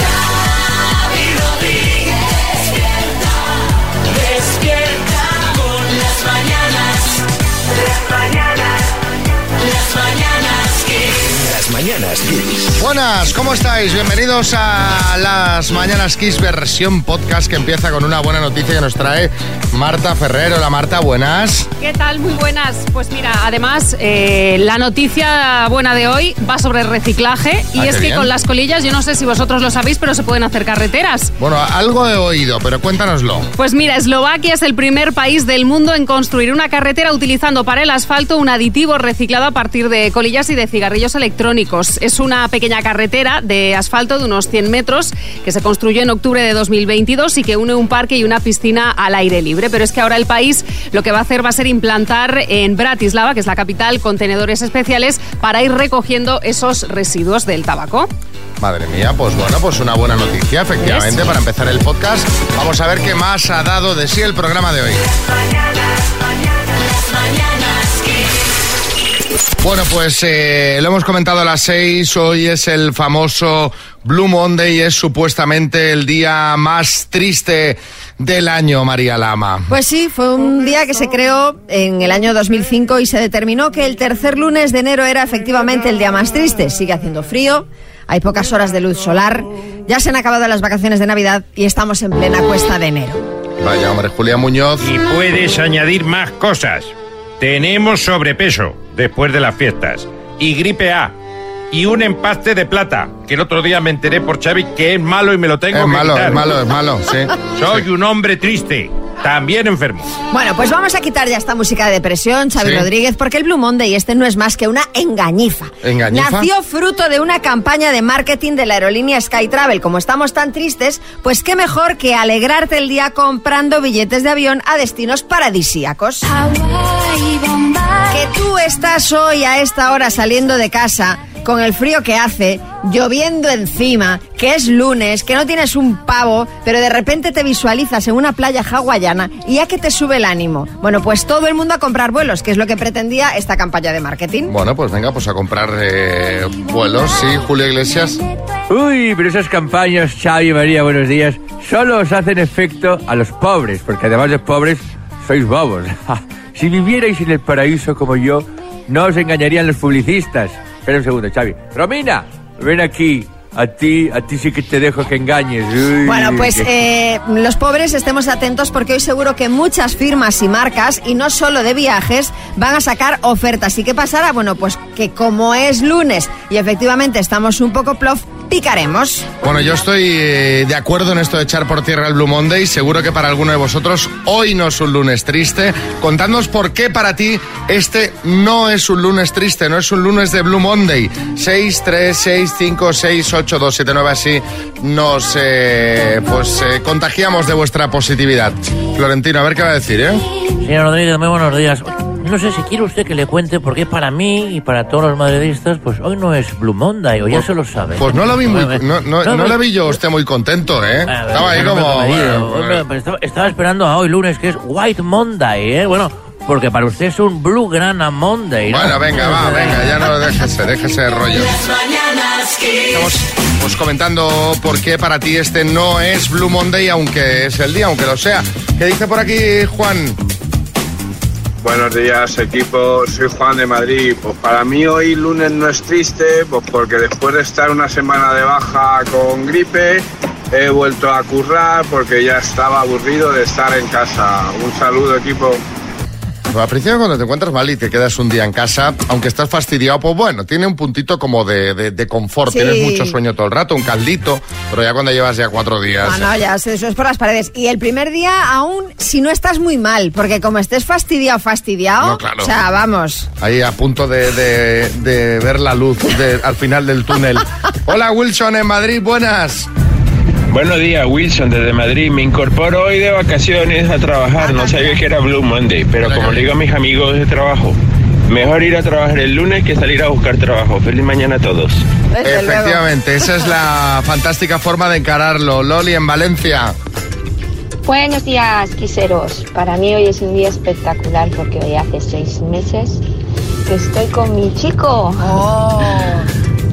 Xavi Rodríguez, despierta, despierta con las mañanas, las mañanas, las mañanas Kiss. Las mañanas Kiss. Buenas, ¿cómo estáis? Bienvenidos a las Mañanas Kiss versión podcast que empieza con una buena noticia que nos trae Marta Ferrero. Hola Marta, buenas. ¿Qué tal? Muy buenas. Pues mira, además, eh, la noticia buena de hoy va sobre reciclaje y Ah, es qué que bien. con las colillas, yo no sé si vosotros lo sabéis, pero se pueden hacer carreteras. Bueno, algo he oído, pero cuéntanoslo. Pues mira, Eslovaquia es el primer país del mundo en construir una carretera utilizando para el asfalto un aditivo reciclado a partir de colillas y de cigarrillos electrónicos. Es una pequeña carretera de asfalto de unos 100 metros que se construyó en octubre de 2022 y que une un parque y una piscina al aire libre. Pero es que ahora el país lo que va a hacer va a ser implantar en Bratislava, que es la capital, contenedores especiales para ir recogiendo esos residuos del tabaco. Madre mía, pues bueno, pues una buena noticia, efectivamente, para empezar el podcast. Vamos a ver qué más ha dado de sí el programa de hoy. Bueno, pues eh, lo hemos comentado a las seis, hoy es el famoso Blue Monday, es supuestamente el día más triste del año, María Lama. Pues sí, fue un día que se creó en el año 2005 y se determinó que el tercer lunes de enero era efectivamente el día más triste. Sigue haciendo frío, hay pocas horas de luz solar, ya se han acabado las vacaciones de Navidad y estamos en plena cuesta de enero. Vaya, hombre, Julián Muñoz. Y puedes añadir más cosas. Tenemos sobrepeso después de las fiestas. Y gripe A. Y un empaste de plata, que el otro día me enteré por Xavi que es malo y me lo tengo Es que malo, quitar. es malo, es malo, sí. Soy un hombre triste, también enfermo. Bueno, pues vamos a quitar ya esta música de depresión, Xavi Sí. Rodríguez, porque el Blue Monday este no es más que una engañifa. ¿Engañifa? Nació fruto de una campaña de marketing de la aerolínea Sky Travel. Como estamos tan tristes, pues qué mejor que alegrarte el día comprando billetes de avión a destinos paradisíacos. Que tú estás hoy a esta hora saliendo de casa con el frío que hace, lloviendo encima, que es lunes, que no tienes un pavo, pero de repente te visualizas en una playa hawaiana y ya que te sube el ánimo. Bueno, pues todo el mundo a comprar vuelos, que es lo que pretendía esta campaña de marketing. Bueno, pues venga, pues a comprar eh, vuelos, sí, Julio Iglesias. Uy, pero esas campañas, Xavi y María, buenos días, solo os hacen efecto a los pobres, porque además de pobres, sois bobos. si vivierais en el paraíso como yo, no os engañarían los publicistas. Espera un segundo, Xavi. Romina, ven aquí. A ti, a ti sí que te dejo que engañes. Uy, Bueno, pues que- eh, los pobres estemos atentos porque hoy seguro que muchas firmas y marcas, y no solo de viajes, van a sacar ofertas. ¿Y qué pasará? Bueno, pues que como es lunes y efectivamente estamos un poco plof, picaremos. Bueno, yo estoy eh, de acuerdo en esto de echar por tierra el Blue Monday. Seguro que para alguno de vosotros hoy no es un lunes triste. Contadnos por qué para ti este no es un lunes triste, no es un lunes de Blue Monday. 6, 3, 6, 5, 6, 8, 2, 7, 9, así nos eh, pues eh, contagiamos de vuestra positividad. Florentino, a ver qué va a decir, ¿eh? Señor Rodríguez, muy buenos días. No sé si quiere usted que le cuente porque para mí y para todos los madridistas, pues hoy no es Blue Monday, o ya se lo sabe. Pues no lo vi muy, no, Bueno, no, no, no no. lo vi yo a usted muy contento, ¿eh? Ah, Estaba ahí no me como... convenía. bueno, Hombre, bueno. pero estaba, estaba esperando a hoy lunes, que es White Monday, ¿eh? Bueno, porque para usted es un Blue Grana Monday, ¿no? Bueno, venga, va, venga, ya no déjese, déjese de rollos. Las mañanas Estamos Kiss. pues, comentando por qué para ti este no es Blue Monday, aunque es el día, aunque lo sea. ¿Qué dice por aquí Juan? Buenos días equipo, soy Juan de Madrid. Pues para mí hoy lunes no es triste, pues porque después de estar una semana de baja con gripe, he vuelto a currar porque ya estaba aburrido de estar en casa. Un saludo equipo. Pues, Al principio cuando te encuentras mal y te quedas un día en casa, aunque estás fastidiado, pues bueno, tiene un puntito como de, de- de confort. Sí. Tienes mucho sueño todo el rato, un caldito, pero ya cuando llevas ya cuatro días... Ah, No, no, ya se eso es por las paredes. Y el primer día aún si no estás muy mal, porque como estés fastidiado, fastidiado, No, claro. o sea, vamos. Ahí a punto de, de- de ver la luz de- al final del túnel. Hola Wilson en Madrid, buenas. Buenos días, Wilson, desde Madrid. Me incorporo hoy de vacaciones a trabajar. No sabía que era Blue Monday, pero como le digo a mis amigos de trabajo, mejor ir a trabajar el lunes que salir a buscar trabajo. Feliz mañana a todos. Desde luego. Efectivamente, esa es la fantástica forma de encararlo. Loli en Valencia. Buenos días, quiseros. Para mí hoy es un día espectacular porque hoy hace seis meses que estoy con mi chico. Oh.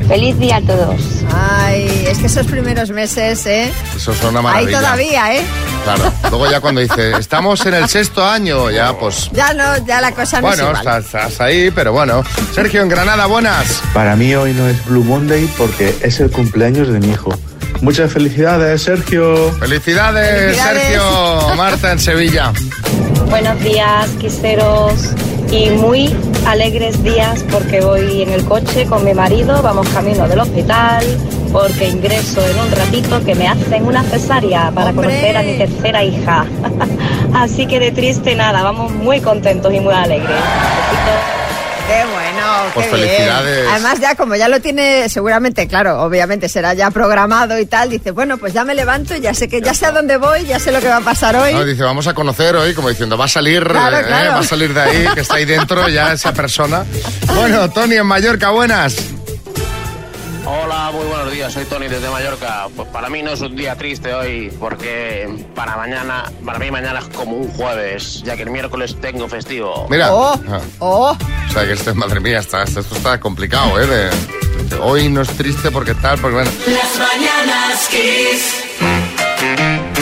Feliz día a todos. Ay, es que esos primeros meses, ¿eh? Eso es una Ahí maravilla. todavía, ¿eh? Claro. Luego ya cuando dice, estamos en el sexto año, ya pues... Ya no, ya la cosa no Bueno, es igual. estás, estás ahí, pero bueno. Sergio, en Granada, buenas. Para mí hoy no es Blue Monday porque es el cumpleaños de mi hijo. Muchas felicidades, Sergio. Felicidades, Sergio. Marta, en Sevilla. Buenos días, quiseros, y muy alegres días porque voy en el coche con mi marido, vamos camino del hospital, porque ingreso en un ratito que me hacen una cesárea para conocer a mi tercera hija. Así que de triste nada, vamos muy contentos y muy alegres. Qué bueno, Pues qué bien. felicidades. Además, ya como ya lo tiene, seguramente, claro, obviamente será ya programado y tal, dice, bueno, pues ya me levanto, ya sé que ya sé a dónde voy, ya sé lo que va a pasar hoy. No, dice, vamos a conocer hoy, como diciendo, va a salir, Claro, eh, claro. va a salir de ahí, que está ahí dentro ya esa persona. Bueno, Tony, en Mallorca, buenas. Hola, muy buenos días, soy Tony desde Mallorca. Pues para mí no es un día triste hoy, porque para mañana, para mí mañana es como un jueves, ya que el miércoles tengo festivo. Mira. Ah, Oh, O sea, que este, madre mía, está, esto está complicado, ¿eh? De- de hoy no es triste porque tal, porque bueno. Las mañanas Kiss.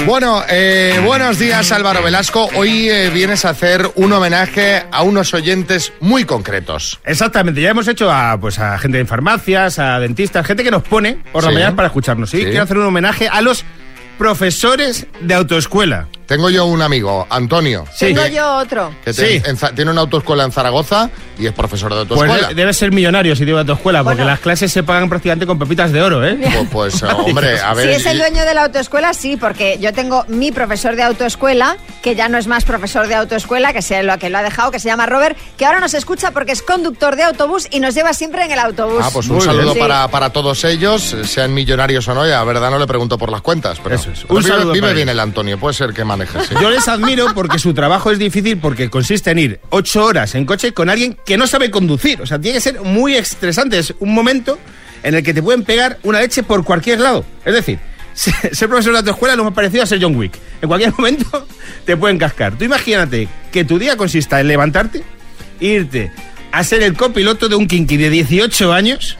Bueno, eh, buenos días Álvaro Velasco. Hoy eh, vienes a hacer un homenaje a unos oyentes muy concretos. Exactamente, ya hemos hecho a, pues, a gente de farmacias, a dentistas, gente que nos pone por la Sí. mañana para escucharnos. ¿sí? Sí. Quiero hacer un homenaje a los profesores de autoescuela. Tengo yo un amigo, Antonio. tengo Que- yo otro. que te- en Za- tiene una autoescuela en Zaragoza y es profesor de Pues autoescuela. de- debe ser millonario si tiene autoescuela, porque las clases se pagan prácticamente con pepitas de oro, ¿eh? Pues, hombre, a si es el dueño de la autoescuela, sí, porque yo tengo mi profesor de autoescuela, que ya no es más profesor de autoescuela, que sea lo que lo ha dejado, que se llama Robert, que ahora nos escucha porque es conductor de autobús y nos lleva siempre en el autobús. Ah, pues un Muy saludo bien. para, para todos ellos, eh, sean millonarios o no, ya, la verdad no le pregunto por las cuentas, pero, Eso es. pero Un vive, saludo vive para bien ellos. el Antonio, puede ser que maneje. sí. Yo les admiro porque su trabajo es difícil porque consiste en ir ocho horas en coche con alguien que no sabe conducir. O sea, tiene que ser muy estresante. Es un momento en el que te pueden pegar una leche por cualquier lado. Es decir, se- ser profesor de autoescuela es lo más parecido a ser John Wick. En cualquier momento te pueden cascar. Tú imagínate que tu día consista en levantarte, irte a ser el copiloto de un kinky de 18 años.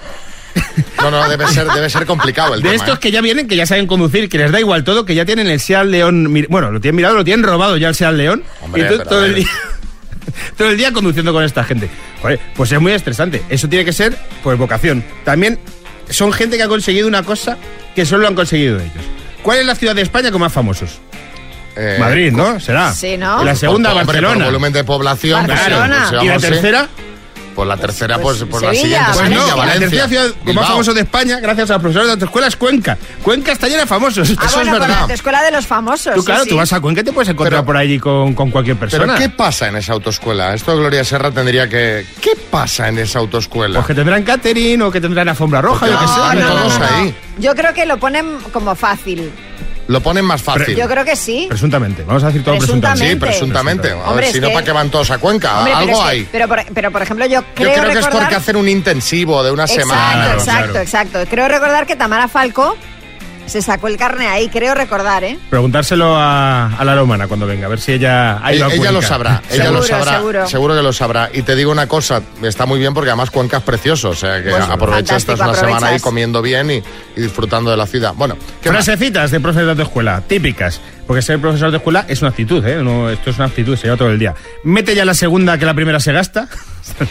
No, no, debe ser, debe ser complicado el De tema. estos ¿eh? que ya vienen, que ya saben conducir, que les da igual todo, que ya tienen el Seat León. mir- Bueno, lo tienen mirado, lo tienen robado ya el Seat León. Hombre, y tú- pero a todo, el ver. día, todo el día conduciendo con esta gente. Joder, pues es muy estresante. Eso tiene que ser, pues, vocación. También son gente que ha conseguido una cosa que solo han conseguido ellos. ¿Cuál es la ciudad de España con más famosos? Eh, Madrid, ¿no? Será. Sí, ¿no? La segunda, Por- por- hombre, Barcelona. por volumen de población. pues sí, Barcelona. pues ¿Y la vamos, sí. tercera? Pues la tercera, pues, pues, la Sevilla, siguiente. Pues Sevilla, no, Valencia. la tercera ciudad con más Bilbao. famosos de España, gracias a los profesores de autoescuela, es Cuenca. Cuenca está llena de famosos. Ah, Eso bueno, es con la verdad. autoescuela de los famosos. Tú, sí, claro, sí. tú vas a Cuenca y Ah, te puedes encontrar por allí con, con cualquier persona. Pero ¿qué pasa en esa autoescuela? Esto Gloria Serra tendría que... ¿Qué pasa en esa autoescuela? Pues que tendrán catering o que tendrán alfombra roja, yo qué sé. Están todos ahí. Yo creo que lo ponen como fácil. Lo ponen más fácil. Yo creo que sí. Presuntamente, vamos a decir todo presuntamente. Sí, presuntamente. A ver, Hombre, si es no, que- ¿para qué van todos a Cuenca? Hombre, pero Algo es que- hay. Pero por, pero, por ejemplo, yo Yo creo creo que es recordar... porque hacen un intensivo de una exacto, semana. exacto, exacto. Creo recordar que Tamara Falco se sacó el carne ahí, creo recordar, ¿eh? Preguntárselo a, a la romana cuando venga, a ver si E- ella ha ido Ella, a ella lo Cuenca. sabrá, ella Seguro, lo sabrá, seguro. que lo sabrá. Y te digo una cosa, está muy bien porque además Cuenca es precioso, o sea que Pues, aprovecha, estás fantástico, una semana ahí aprovechas. comiendo bien y, y disfrutando de la ciudad. Bueno, ¿qué más? Frasecitas de profesores de escuela, típicas. Porque ser profesor de escuela es una actitud, ¿eh? No, esto es una actitud, se lleva todo el día. Mete ya la segunda que la primera se gasta.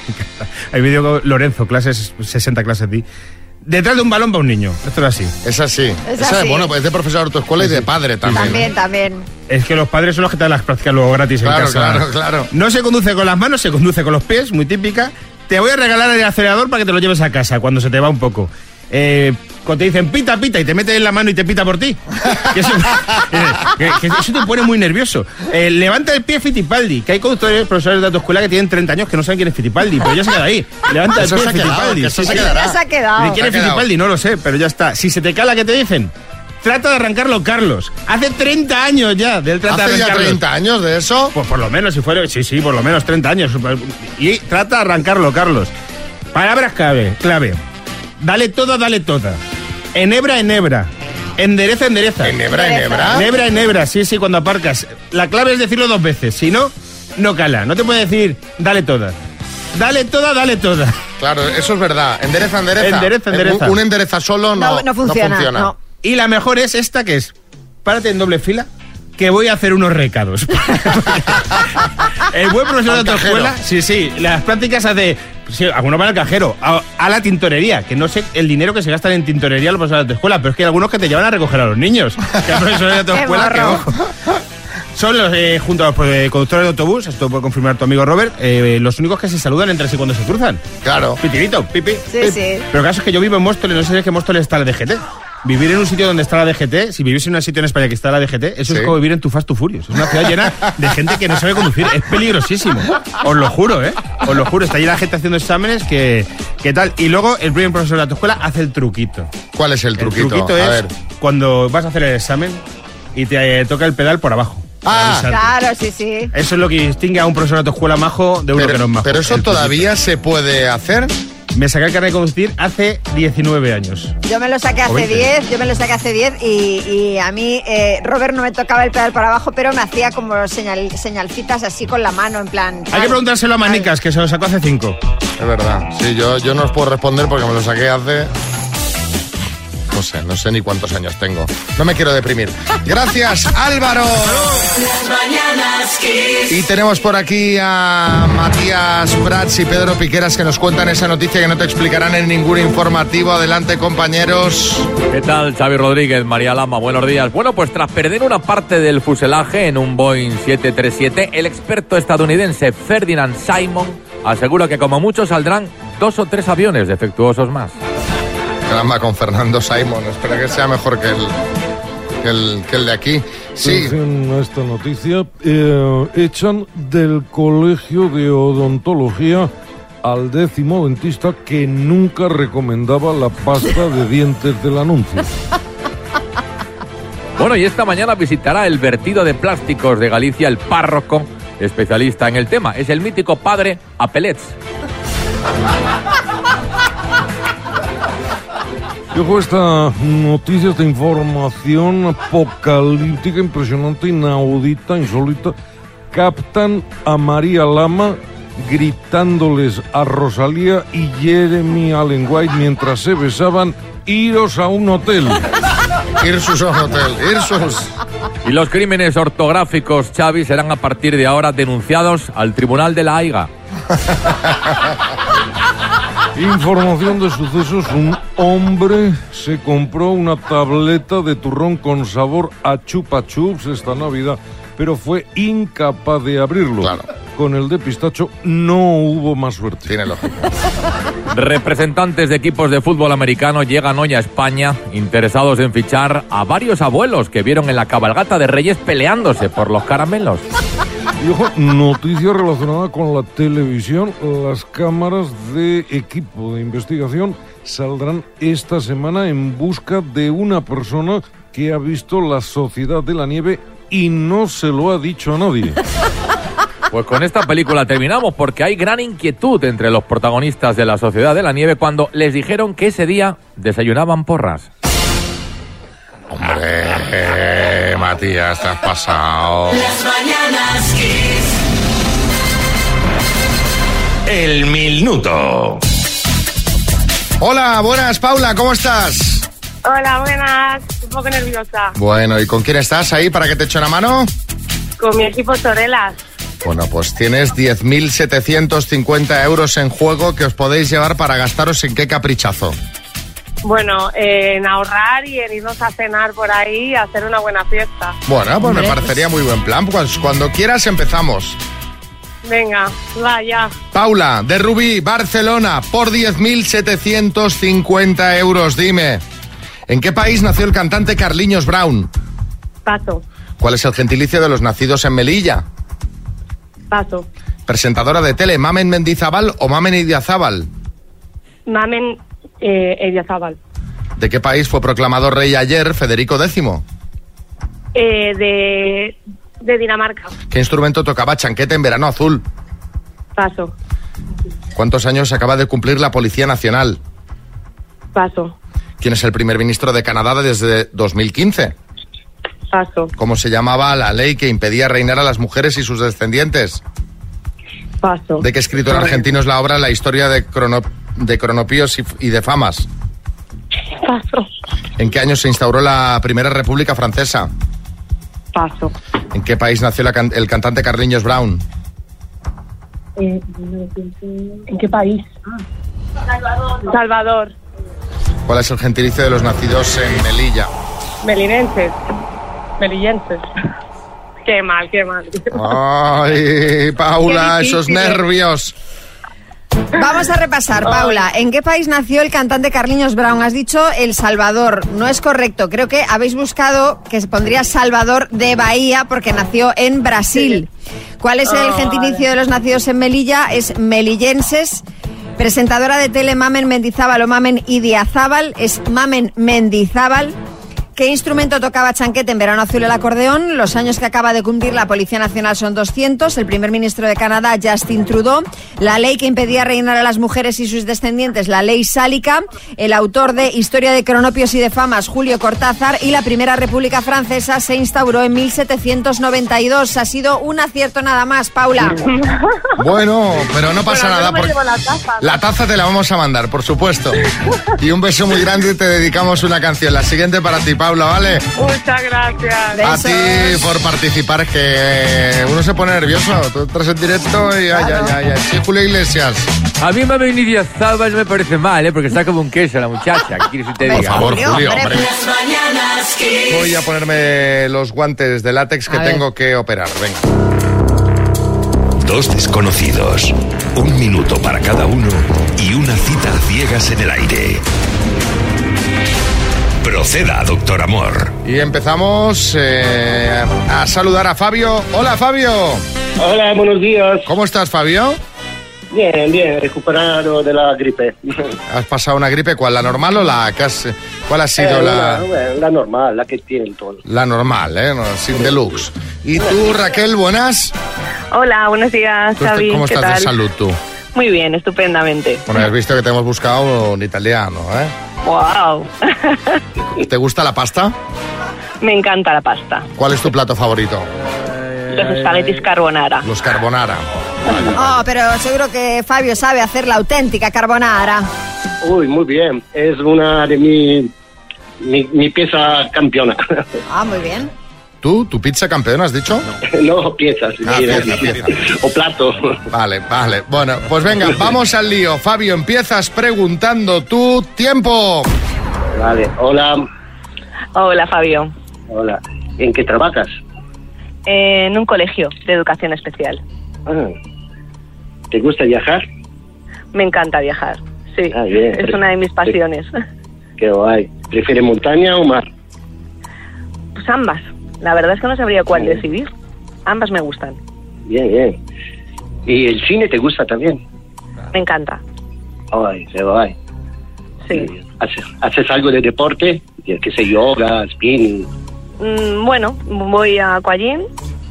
Hay vídeo con Lorenzo, clases, 60 clases de Detrás de un balón va un niño. Esto es así. Es así. Es Esa, así. bueno, es de profesor de autoescuela y de padre También, también. Es que los padres son los que te dan las prácticas luego gratis en Claro, casa. claro, claro. No se conduce con las manos, se conduce con los pies, muy típica. Te voy a regalar el acelerador para que te lo lleves a casa cuando se te va un poco. Eh, cuando te dicen pita, pita y te meten en la mano y te pita por ti. Que eso, eh, que- que eso te pone muy nervioso. Eh, levanta el pie Fittipaldi, que hay conductores, profesores de autoescuela que tienen 30 años que no saben quién es Fittipaldi, pero ya se queda ahí. Levanta el Eso pie se ha quedado, Fittipaldi. que eso Sí, se sí. quedará. Ya se ha quedado. ¿De quién Se es ha quedado. Fittipaldi? No lo sé, pero ya está. Si se te cala, ¿qué te dicen? Trata de arrancarlo, Carlos. Hace 30 años ya del trata de ¿Hace ya arrancarlo. 30 años de eso? Pues por lo menos, si fuera. Sí, sí, por lo menos 30 años. Y trata de arrancarlo, Carlos. Palabras clave. clave. Dale toda, dale toda. Enhebra, enhebra. Endereza, endereza. Enhebra, enhebra. Enhebra, enhebra. Sí, sí, cuando aparcas. La clave es decirlo dos veces. Si no, no cala. No te puede decir, dale toda. Dale toda, dale toda. Claro, eso es verdad. Endereza, endereza. Endereza, endereza. Un, un endereza solo no, Y la mejor es esta que es, párate en doble fila, que voy a hacer unos recados. El buen profesor de tu escuela, sí, sí, las prácticas hace... Sí, algunos van al cajero, a, a la tintorería, que no sé el dinero que se gastan en tintorería los profesores de tu escuela, pero es que hay algunos que te llevan a recoger a los niños. Que hay profesores de tu Qué escuela, que, morro. ojo. Son los, eh, junto a los eh, conductores de autobús, esto puede confirmar tu amigo Robert, eh, los únicos que se saludan entre sí cuando se cruzan. Claro. Pitirito, pipi. Sí, sí. Pero el caso es que yo vivo en Móstoles, no sé si es que en Móstoles está la DGT. Vivir en un sitio donde está la DGT, si vivís en un sitio en España que está la DGT, eso Sí. es como vivir en tu Fast to Furious. Es una ciudad llena de gente que no sabe conducir. Es peligrosísimo. Os lo juro, ¿eh? Os lo juro. Está allí la gente haciendo exámenes que, que tal. Y luego el primer profesor de tu escuela hace el truquito. ¿Cuál es el truquito? El truquito A es ver. cuando vas a hacer el examen y te eh, toca el pedal por abajo. Ah. Avisarte. Claro, sí, sí. Eso es lo que distingue a un profesor de tu escuela majo de uno Pero- que no es majo. pero eso todavía se puede hacer. Me saqué el carnet de conducir hace 19 años. Yo me lo saqué O hace 20. 10, yo me lo saqué hace 10 y, y a mí eh, Robert no me tocaba el pedal para abajo, pero me hacía como señal, señalcitas así con la mano, en plan... Hay que preguntárselo a Manicas, que se lo sacó hace 5. Es verdad. Sí, yo, yo no os puedo responder porque me lo saqué hace... No sé, no sé ni cuántos años tengo. No me quiero deprimir. Gracias, Álvaro. Las mañanas Kiss. Y tenemos por aquí a Matías Prats y Pedro Piqueras que nos cuentan esa noticia que no te explicarán en ningún informativo. Adelante, compañeros. ¿Qué tal, Xavi Rodríguez, María Lama? Buenos días. Bueno, pues tras perder una parte del fuselaje en un Boeing 737, el experto estadounidense Ferdinand Simon asegura que como mucho saldrán dos o tres aviones defectuosos más. Caramba, con Fernando Simon. Espero que sea mejor que el, que el, que el de aquí. Sí, Atención a esta noticia. Eh, echan del colegio de odontología al décimo dentista que nunca recomendaba la pasta de dientes del anuncio. Bueno, y esta mañana visitará el vertido de plásticos de Galicia el párroco especialista en el tema. Es el mítico padre Apelets. Y ojo, esta noticia, esta información apocalíptica, impresionante, inaudita, insólita, captan a María Lama gritándoles a Rosalía y Jeremy Allen White mientras se besaban, iros a un hotel. Irsus a un hotel, irsus. Y los crímenes ortográficos, Xavi, serán a partir de ahora denunciados al Tribunal de la Haiga. Información de sucesos, un hombre se compró una tableta de turrón con sabor a chupa chups esta Navidad, pero fue incapaz de abrirlo. Con el de pistacho no hubo más suerte. Tiene lógica. Representantes de equipos de fútbol americano llegan hoy a España interesados en fichar a varios abuelos que vieron en la cabalgata de Reyes peleándose por los caramelos. Y ojo, noticia relacionada con la televisión. Las cámaras de equipo de investigación saldrán esta semana en busca de una persona que ha visto la Sociedad de la Nieve y no se lo ha dicho a nadie. Pues con esta película terminamos porque hay gran inquietud entre los protagonistas de la Sociedad de la Nieve cuando les dijeron que ese día desayunaban porras. Hombre, Matías, te has pasado. Las mañanas Kiss. El minuto. Hola, buenas, Paula, ¿cómo estás? Hola, buenas. Un poco nerviosa. Bueno, ¿y con quién estás ahí para que te eche una mano? Con mi equipo Torelas. Bueno, pues tienes 10.750 euros en juego que os podéis llevar para gastaros en qué caprichazo. Bueno, eh, en ahorrar y en irnos a cenar por ahí y hacer una buena fiesta. Bueno, pues me Hombre. parecería muy buen plan. Pues cuando quieras empezamos. Venga, vaya. Paula, de Rubí, Barcelona, por 10.750 euros, dime. ¿En qué país nació el cantante Carliños Brown? Paso, ¿Cuál es el gentilicio de los nacidos en Melilla? paso. Presentadora de tele, Mamen Mendizábal o Mamen Idiazábal. Mamen eh, Elíazábal. ¿De qué país fue proclamado rey ayer Federico X? Eh, de, de Dinamarca. ¿Qué instrumento tocaba Chanquete en verano azul? Paso, ¿Cuántos años acaba de cumplir la Policía Nacional? paso, ¿Quién es el primer ministro de Canadá desde 2015? paso, ¿Cómo se llamaba la ley que impedía reinar a las mujeres y sus descendientes? paso. de que escritor argentino es la obra La historia de, crono, de Cronopíos y, y de Famas. Paso. ¿En qué año se instauró la Primera República Francesa? Paso. ¿En qué país nació la can- el cantante Carliños Brown? Eh, ¿En qué país? Salvador. Salvador. ¿Cuál es el gentilicio de los nacidos en Melilla? Melinenses. Melillenses. Qué mal, qué mal. Ay, Paula, Qué difícil, esos eh. nervios. Vamos a repasar, Paula. ¿En qué país nació el cantante Carliños Brown? Has dicho El Salvador. No es correcto. Creo que habéis buscado que se pondría Salvador de Bahía porque nació en Brasil. ¿Cuál es el Ah, gentilicio de los nacidos en Melilla? Es melillenses. Presentadora de tele Mamen Mendizábal o Mamen Idiazábal es Mamen Mendizábal. ¿Qué instrumento tocaba Chanquete en verano azul el acordeón? Los años que acaba de cumplir la Policía Nacional son 200. El primer ministro de Canadá, Justin Trudeau. La ley que impedía reinar a las mujeres y sus descendientes, la ley sálica. El autor de Historia de Cronopios y de Famas, Julio Cortázar. Y la Primera República Francesa se instauró en 1792. Ha sido un acierto nada más, Paula. Bueno, pero no pasa Bueno, nada pues. al menos me porque llevo la taza, ¿no? la taza te la vamos a mandar, por supuesto. Y un beso muy grande y te dedicamos una canción. La siguiente para ti, Paula, ¿vale? Muchas gracias. A ti por participar, es que uno se pone nervioso. Tú entras en directo y ay, ay, ay, ay. Sí, Julio Iglesias. A mí mami Idiazábal no me parece mal, ¿eh? Porque está como un queso la muchacha. ¿Qué quieres que te Por diga? favor, Julio, Julio, hombre. hombre. Las mañanas Kiss. Voy a ponerme los guantes de látex que A ver. tengo que operar. Venga. Dos desconocidos, un minuto para cada uno y una cita a ciegas en el aire. Proceda, doctor amor. Y empezamos eh, a saludar a Fabio. Hola, Fabio. Hola, buenos días. ¿Cómo estás, Fabio? Bien, bien, recuperado de la gripe. ¿Has pasado una gripe? ¿Cuál? ¿La normal o la que has- ¿Cuál ha sido Eh, la...? una- bueno, la normal, la que tiene el tono. La normal, ¿eh? No, sin deluxe. ¿Y tú, Raquel, buenas? Hola, buenos días, ¿Tú est- Xavi. ¿Cómo ¿qué estás tal? de salud tú? Muy bien, estupendamente. Bueno, has visto que te hemos buscado un italiano, ¿eh? Wow. ¿Te gusta la pasta? Me encanta la pasta. ¿Cuál es tu plato favorito? Los espaguetis carbonara. Los carbonara. Oh, pero seguro que Fabio sabe hacer la auténtica carbonara. Uy, muy bien. Es una de mi, mi, mi pieza campeona. Ah, muy bien. ¿Tú? ¿Tu pizza campeona, has dicho? no, piezas. Ah, mira. pieza, pieza. O plato. Vale, vale. Bueno, pues venga, vamos al lío. Fabio, empiezas preguntando tú. ¡Tiempo! Vale, hola, Hola, Fabio. hola. ¿En qué trabajas? Eh, en un colegio de educación especial. Ah, ¿Te gusta viajar? Me encanta viajar. Sí, Ah, bien. es una de mis pasiones. Qué guay. ¿Prefieres montaña o mar? Pues ambas. La verdad es que no sabría cuál decidir. Ambas me gustan. Bien, bien. ¿Y el cine te gusta también? Me encanta. Ay, qué guay. Sí. ¿Haces, haces algo de deporte? ¿Qué sé, yoga, spinning? Mm, bueno, voy a Coallín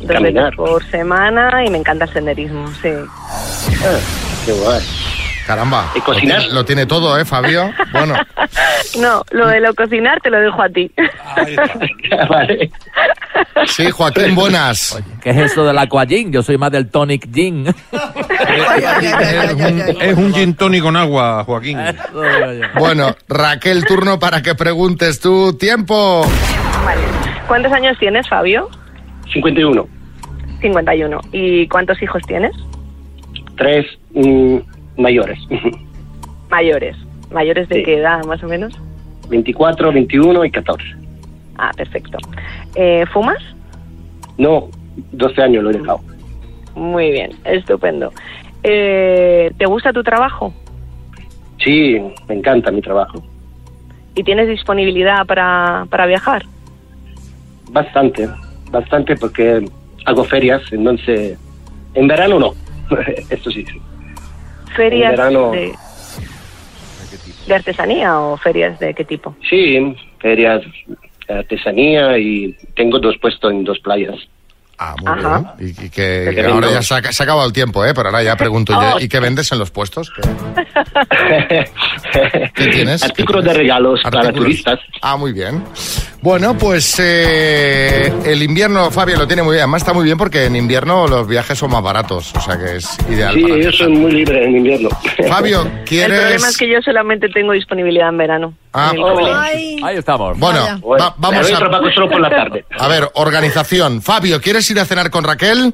dos Caminar. veces por semana y me encanta el senderismo. Sí. Qué guay. Caramba. ¿Y cocinar? Lo tiene, lo tiene todo, ¿eh, Fabio? Bueno, No, lo de lo cocinar te lo dejo a ti. sí, Joaquín, buenas. ¿Qué es eso del aqua gin? Yo soy más del tonic gin. Es un gin tónico con agua, Joaquín. Ah, bueno, Raquel, turno para que preguntes tú. ¡Tiempo! ¿Cuántos años tienes, Fabio? 51. 51. ¿Y cuántos hijos tienes? Tres mm, mayores. Mayores. ¿Mayores de Sí. qué edad, más o menos? 24, 21 y 14. Ah, perfecto. Eh, ¿Fumas? No, 12 años lo he dejado. Muy bien, estupendo. Eh, ¿Te gusta tu trabajo? Sí, me encanta mi trabajo. ¿Y tienes disponibilidad para, para viajar? Bastante, bastante porque hago ferias, entonces en verano no. Esto sí. ¿Ferias En verano- de, de artesanía o ferias de qué tipo? Sí, ferias, artesanía y tengo dos puestos en dos playas. Ah, muy Ajá. bien. Y, y que ¿Qué Eh, ahora vendo? ya se ha, se ha acabado el tiempo, ¿eh? Pero ahora ya pregunto yo. Oh. ¿Y qué vendes en los puestos? ¿Qué- ¿Qué tienes? Artículos de regalos para Artículos. turistas. Ah, muy bien. Bueno, pues eh, el invierno, Fabio, lo tiene muy bien. Además está muy bien porque en invierno los viajes son más baratos, o sea que es ideal. Sí, para yo soy muy libre en invierno. Fabio, El ¿quieres...? problema es que yo solamente tengo disponibilidad en verano. Ah, En el cole. Ahí estamos. Bueno, Bueno, va- vamos pero yo a... trabajo solo por la tarde. A ver, organización. Fabio, ¿quieres ir a cenar con Raquel?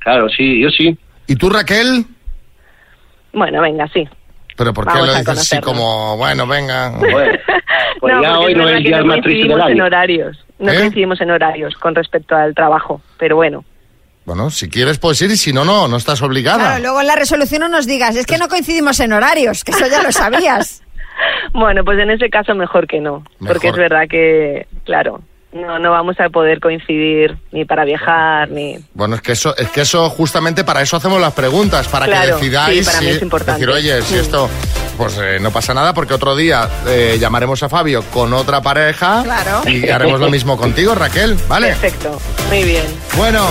Claro, sí, yo sí. ¿Y tú, Raquel? Bueno, venga, sí. Pero ¿por qué Vamos lo a dices así conocernos. como, bueno, venga? Ah, Pues ya porque hoy es no verdad es que día más triste coincidimos del año. en horarios. No ¿Eh? coincidimos en horarios con respecto al trabajo, pero bueno. Bueno, si quieres puedes ir y si no, no, no estás obligada. Claro, luego en la resolución no nos digas, es que no coincidimos en horarios, que eso ya lo sabías. Bueno, pues en ese caso mejor que no, porque es verdad que, claro, no, no vamos a poder coincidir ni para viajar, ni... Bueno, es que eso, es que eso justamente para eso hacemos las preguntas, para que Claro, decidáis. sí, para mí es si- importante. Decir, oye, si Mm. esto, pues eh, no pasa nada, porque otro día eh, llamaremos a Fabio con otra pareja Claro. y haremos lo mismo contigo, Raquel, ¿vale? Perfecto, muy bien. Bueno,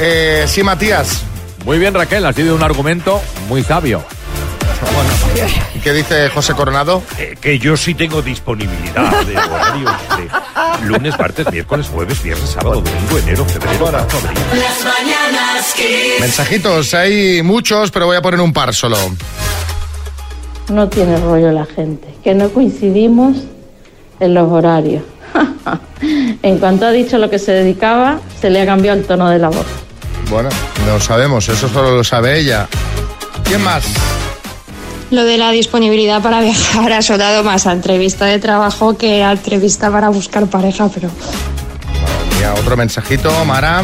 eh, sí, Matías. Muy bien, Raquel, ha sido un argumento muy sabio. ¿Y qué dice José Coronado? Eh, que yo sí tengo disponibilidad de horarios de lunes, martes, miércoles, jueves, viernes, sábado, domingo, enero, febrero, marzo, abril. Las mañanas Kiss. Mensajitos, hay muchos, pero voy a poner un par solo. No tiene rollo la gente, que no coincidimos en los horarios. en cuanto ha dicho lo que se dedicaba, se le ha cambiado el tono de la voz. Bueno, no sabemos, eso solo lo sabe ella. ¿Quién más? Lo de la disponibilidad para viajar ha sonado más a entrevista de trabajo que a entrevista para buscar pareja, pero Mira, otro mensajito, Mara.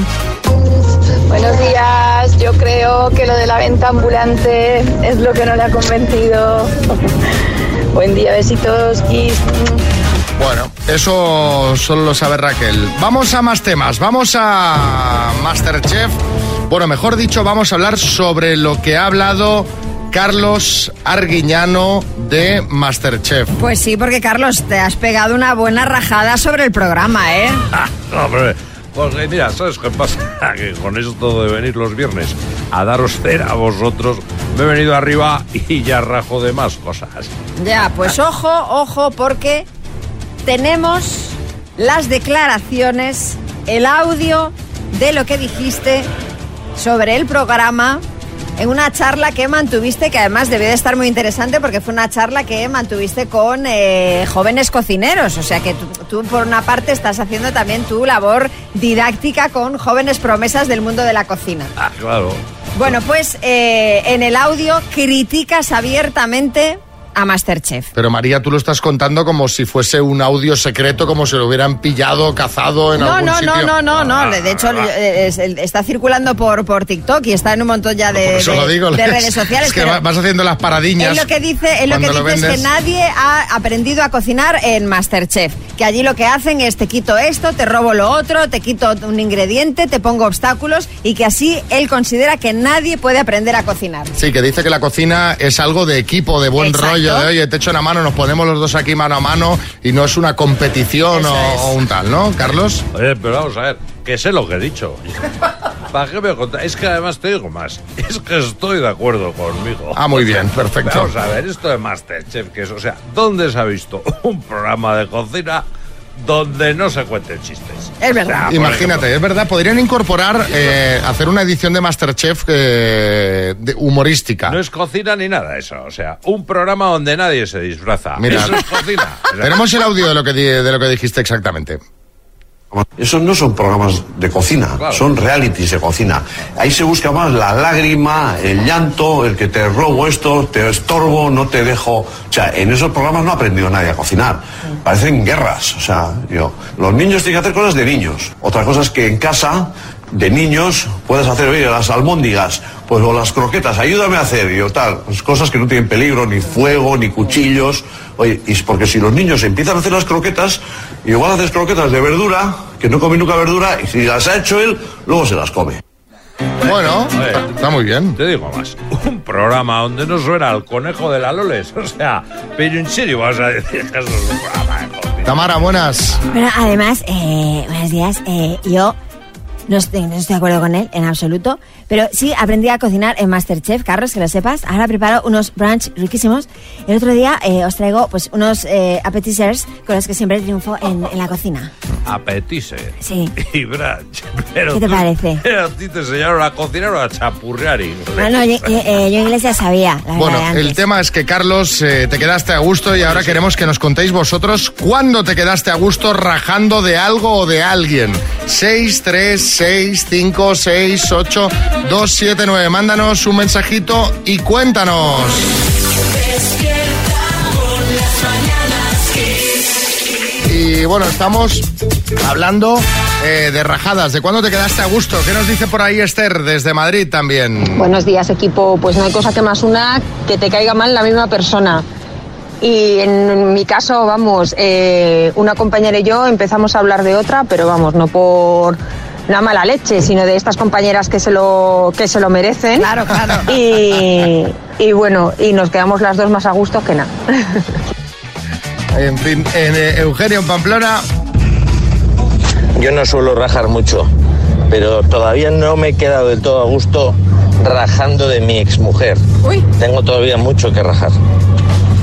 Buenos días, yo creo que lo de la venta ambulante es lo que no le ha convencido. Buen día, besitos, kiss. Bueno, eso solo lo sabe Raquel. Vamos a más temas, vamos a Masterchef. Bueno, mejor dicho, vamos a hablar sobre lo que ha hablado Carlos Arguiñano de Masterchef. Pues sí, porque Carlos, te has pegado una buena rajada sobre el programa, ¿eh? No, pero, pues eh, mira, ¿sabes qué pasa? Que con esto de venir los viernes a daros cera a vosotros, me he venido arriba y ya rajo de más cosas. Ya, pues ojo, ojo, porque tenemos las declaraciones, el audio de lo que dijiste sobre el programa en una charla que mantuviste, que además debió de estar muy interesante porque fue una charla que mantuviste con eh, jóvenes cocineros. O sea que tú, tú, por una parte, estás haciendo también tu labor didáctica con jóvenes promesas del mundo de la cocina. Ah, claro. Bueno, pues eh, en el audio criticas abiertamente a Masterchef. Pero María, tú lo estás contando como si fuese un audio secreto, como si lo hubieran pillado, cazado en No, algún no, sitio. no, no, no, no. De hecho, Ah, eh, es- el- está circulando por, por TikTok y está en un montón ya de, por Pues eso de- lo digo. de es- redes sociales. Es que pero va- vas haciendo las paradiñas. es lo que dice, es lo que cuando dice es que vendes. nadie ha aprendido a cocinar en Masterchef. Que allí lo que hacen es te quito esto, te robo lo otro, te quito un ingrediente, te pongo obstáculos y que así él considera que nadie puede aprender a cocinar. Sí, que dice que la cocina es algo de equipo, de buen rollo, de oye, te echo una mano, nos ponemos los dos aquí mano a mano y no es una competición o, o un tal, ¿no, Carlos? Oye, pero vamos a ver, que sé lo que he dicho. ¿Para qué me contáis? Es que además te digo más, es que estoy de acuerdo conmigo. Ah, muy bien, perfecto. Vamos a ver, esto de Masterchef, que es, o sea, ¿dónde se ha visto un programa de cocina donde no se cuenten chistes? Es verdad. Imagínate, es verdad, podrían incorporar, eh, hacer una edición de Masterchef eh, de- humorística. No es cocina ni nada eso, o sea, un programa donde nadie se disfraza. Mira. Eso es cocina. Tenemos el audio de lo que, di- de lo que dijiste exactamente. Esos no son programas de cocina, Claro. son realities de cocina. Ahí se busca más la lágrima, el llanto, el que te robo esto, te estorbo, no te dejo. O sea, en esos programas no ha aprendido nadie a cocinar. Parecen guerras. O sea, yo, los niños tienen que hacer cosas de niños. Otra cosa es que en casa, de niños, puedes hacer, oye, las almóndigas, pues o las croquetas, ayúdame a hacer, yo tal. Pues, cosas que no tienen peligro, ni fuego, ni cuchillos. Oye, y es porque si los niños empiezan a hacer las croquetas, igual haces croquetas de verdura, que no come nunca verdura, y si las ha hecho él, luego se las come. Bueno, está muy bien. Te digo más, un programa donde no suena el conejo de la Loles, o sea, pero en serio vas a decir que eso es un programa de cocina. Tamara, buenas. Bueno, además, eh, buenos días. eh, yo No estoy, no estoy de acuerdo con él en absoluto. Pero sí aprendí a cocinar en Masterchef, Carlos, que lo sepas. Ahora preparo unos brunch riquísimos. El otro día eh, os traigo pues unos eh, appetizers con los que siempre triunfo en, en la cocina. Apetice. Sí. Y brunch. Pero ¿Qué te tú- parece? A ti te enseñaron a cocinar o a chapurrear. inglés. No, no, yo, yo- eh, yo inglés ya sabía, la Bueno, verdad. el tema es que Carlos eh, te quedaste a gusto y ahora queremos que nos contéis vosotros cuándo te quedaste a gusto rajando de algo o de alguien. 6, 3, 6, 5, 6, 8, 2, 7, 9. Mándanos un mensajito y cuéntanos. Despierta por las mañanas Kiss. Y bueno, estamos hablando eh, de rajadas, de cuándo te quedaste a gusto. ¿Qué nos dice por ahí Esther desde Madrid también? Buenos días, equipo. Pues no hay cosa que más una que te caiga mal la misma persona. Y en mi caso, vamos, eh, una compañera y yo empezamos a hablar de otra, pero vamos, no por una mala leche, sino de estas compañeras que se lo, que se lo merecen. Claro, claro. Y, y bueno, y nos quedamos las dos más a gusto que nada. En fin, en, eh, Eugenio en Pamplona. Yo no suelo rajar mucho, pero todavía no me he quedado del todo a gusto rajando de mi exmujer. Tengo todavía mucho que rajar.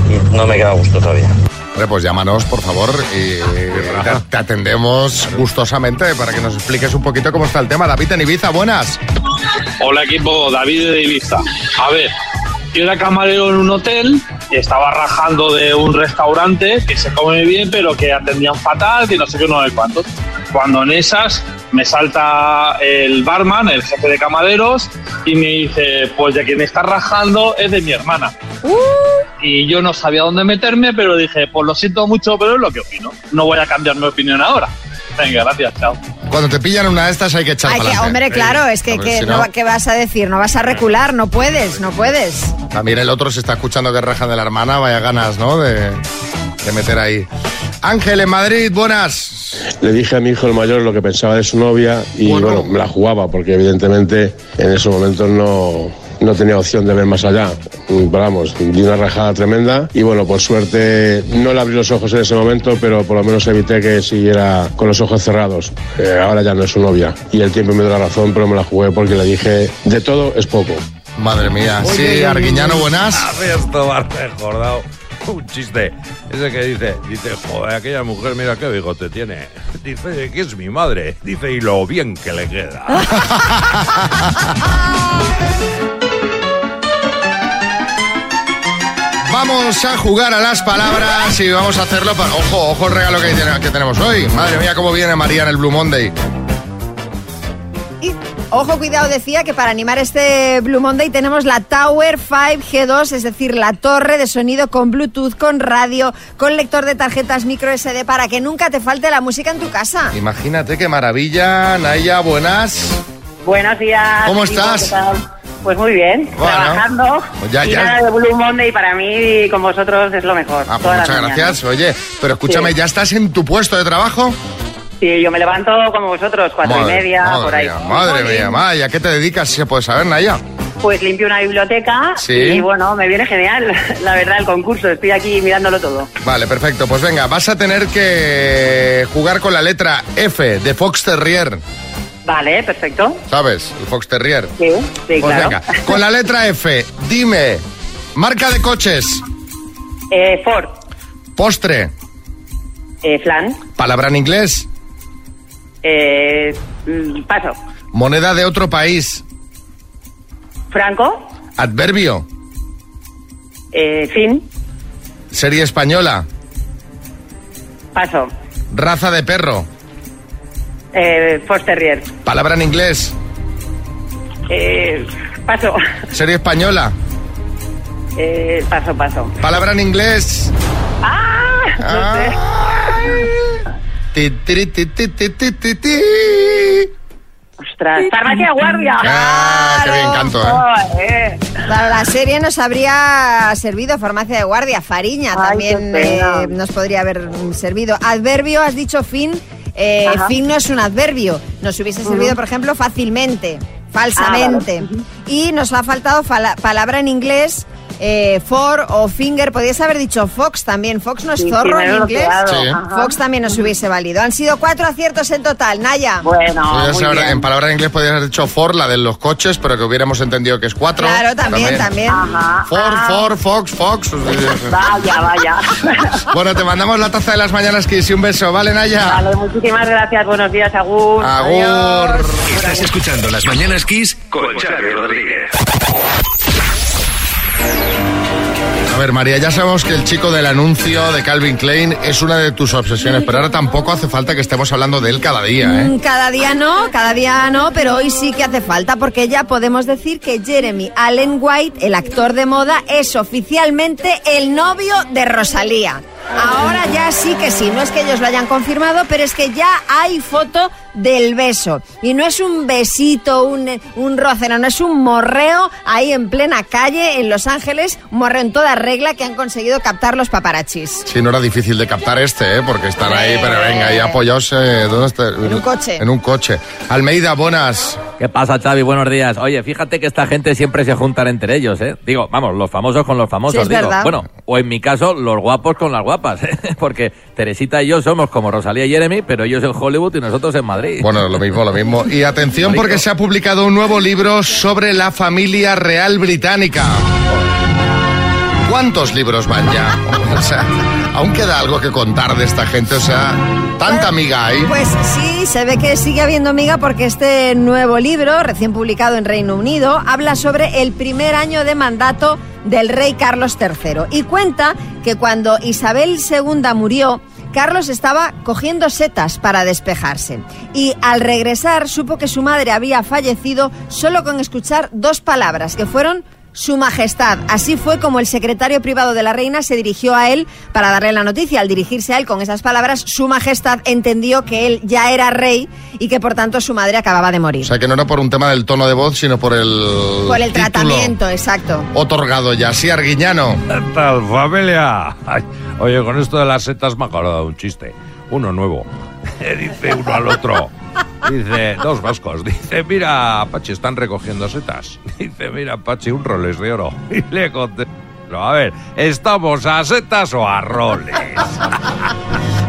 Y no me he quedado a gusto todavía. Hombre, pues llámanos, por favor, y eh, te, te atendemos gustosamente para que nos expliques un poquito cómo está el tema. David en Ibiza, buenas. Hola equipo, David de Ibiza. A ver, yo era camarero en un hotel, estaba rajando de un restaurante que se come bien, pero que atendían fatal, que no sé qué, no sé cuánto. Cuando en esas me salta el barman, el jefe de camareros, y me dice, pues de quien está rajando es de mi hermana. Y yo no sabía dónde meterme, pero dije, pues lo siento mucho, pero es lo que opino. No voy a cambiar mi opinión ahora. Venga, gracias, chao. Cuando te pillan una de estas hay que echar Ay, pa'lante. hombre, claro, es que, Hombre, que si no no- va- ¿qué vas a decir? No vas a recular, no puedes, no puedes. También Ah, el otro se está escuchando que raja de la hermana, vaya ganas, ¿no? De, de meter ahí. Ángel en Madrid, buenas. Le dije a mi hijo el mayor lo que pensaba de su novia y bueno, me la jugaba porque evidentemente en esos momentos no, no tenía opción de ver más allá. Mm, Pero vamos, di una rajada tremenda y bueno, por suerte no le abrí los ojos en ese momento, pero por lo menos evité que siguiera con los ojos cerrados. Eh, ahora ya no es su novia y el tiempo me dio la razón, pero me la jugué porque le dije, de todo es poco. Madre mía, Oye, sí, oye, oye, Arguiñano, oye. buenas. Hace esto me has recordado un chiste. Ese que dice, dice, joder, aquella mujer, mira qué bigote tiene. Dice que es mi madre. Dice, y lo bien que le queda. Vamos a jugar a las palabras y vamos a hacerlo. pa- Ojo, ojo el regalo que, tiene- que tenemos hoy. Madre mía, cómo viene María en el Blue Monday. Y ojo, cuidado, decía que para animar este Blue Monday tenemos la Tower 5G2, es decir, la torre de sonido con Bluetooth, con radio, con lector de tarjetas micro SD para que nunca te falte la música en tu casa. Imagínate qué maravilla, Naya, buenas. Buenos días. ¿Cómo chicos, estás? ¿qué tal? Pues muy bien, Bueno. trabajando. Pues ya, y ya. nada de Blue Monday para mí con vosotros es lo mejor. Ah, pues todas las muchas mañanas. gracias. Oye, pero escúchame, Sí. ¿ya estás en tu puesto de trabajo? Sí, yo me levanto como vosotros, cuatro y media, madre por ahí. mía, madre mía, Maya, ¿qué te dedicas si se puede saber, Naya? Pues limpio una biblioteca Sí. y bueno, me viene genial, la verdad, el concurso. Estoy aquí mirándolo todo. Vale, perfecto. Pues venga, vas a tener que jugar con la letra F de Fox Terrier, Vale, perfecto. ¿sabes? El Fox Terrier. Sí, sí, pues claro. venga, con la letra F, dime, marca de coches, Eh, Ford, postre, eh, flan, palabra en inglés, eh, mm, paso. moneda de otro país, Franco, adverbio, eh, fin, serie española, paso. raza de perro, Eh, Ford Terrier, palabra en inglés, eh, paso. serie española, Eh, paso, paso. palabra en inglés. ¡Ah! No sé. Ti, tiri, ti, ti, ti, ti, ti, ti. Ostras, farmacia guardia. Ah, qué bien canto, ¿eh? Claro, la serie nos habría servido Farmacia de Guardia, Fariña también qué pena. eh, nos podría haber mm, servido. Adverbio, has dicho fin, eh, Ajá. fin no es un adverbio, nos hubiese Ujú. Ah, servido, por ejemplo, fácilmente, falsamente. Y nos ha faltado fala- palabra en inglés eh, for o finger. Podíais haber dicho Fox también. Fox no es Sí, sí, zorro me en he inglés. bloqueado. Sí. Ajá. Fox también nos hubiese valido. Han sido cuatro aciertos en total, Naya. Podías haber- en palabras de inglés podrías haber dicho for, la de los coches, pero que hubiéramos entendido que es cuatro. Claro, también, también. For, for, fox, fox. Ah, Vaya, vaya. bueno, te mandamos la taza de las mañanas, Kiss, y un beso. Vale, Naya. Vale, muchísimas gracias. Buenos días, Agur. Agur. Estás escuchando Las Mañanas Kiss con Xavi Rodríguez. A ver, María, ya sabemos que el chico del anuncio de Calvin Klein es una de tus obsesiones, pero ahora tampoco hace falta que estemos hablando de él cada día, ¿eh? Mm, Cada día no, cada día no, pero hoy sí que hace falta porque ya podemos decir que Jeremy Allen White, el actor de moda, es oficialmente el novio de Rosalía. Ahora ya sí que sí, no es que ellos lo hayan confirmado, pero es que ya hay foto del beso. Y no es un besito, un, un roce, no, no, es un morreo ahí en plena calle en Los Ángeles, un morreo en toda regla que han conseguido captar los paparachis. Sí, no era difícil de captar este, ¿eh? Porque están ahí, pero venga, ahí apoyados. eh, ¿dónde está? En un coche. En un coche. Almeida, buenas. ¿Qué pasa, Xavi? Buenos días. Oye, fíjate que esta gente siempre se juntan entre ellos, ¿eh? Digo, vamos, los famosos con los famosos, Sí, es digo. verdad. Bueno, o en mi caso, los guapos con las guapas, ¿eh? porque Teresita y yo somos como Rosalía y Jeremy, pero ellos en Hollywood y nosotros en Madrid. Bueno, lo mismo, lo mismo. Y atención porque se ha publicado un nuevo libro sobre la familia real británica. ¿Cuántos libros van ya? O sea, aún queda algo que contar de esta gente, o sea, tanta amiga hay. Pues sí, se ve que sigue habiendo miga porque este nuevo libro, recién publicado en Reino Unido, habla sobre el primer año de mandato del rey Carlos III y cuenta que cuando Isabel II murió, Carlos estaba cogiendo setas para despejarse y al regresar supo que su madre había fallecido solo con escuchar dos palabras que fueron su Majestad. Así fue como el secretario privado de la reina se dirigió a él para darle la noticia. Al dirigirse a él con esas palabras, Su Majestad entendió que él ya era rey y que por tanto su madre acababa de O morir. sea, que no era por un tema del tono de voz, sino por el... Por el título tratamiento, exacto. Otorgado ya. Sí, Arguiñano. ¿Qué tal, familia? Ay, oye, con esto de las setas me ha acordado un chiste. Uno nuevo. Le dice uno al otro. Dice, dos vascos. Dice, mira, Apache, están recogiendo setas. Dice, mira, Apache, un roles de oro. Y le contestó, a ver, ¿estamos a setas o a roles?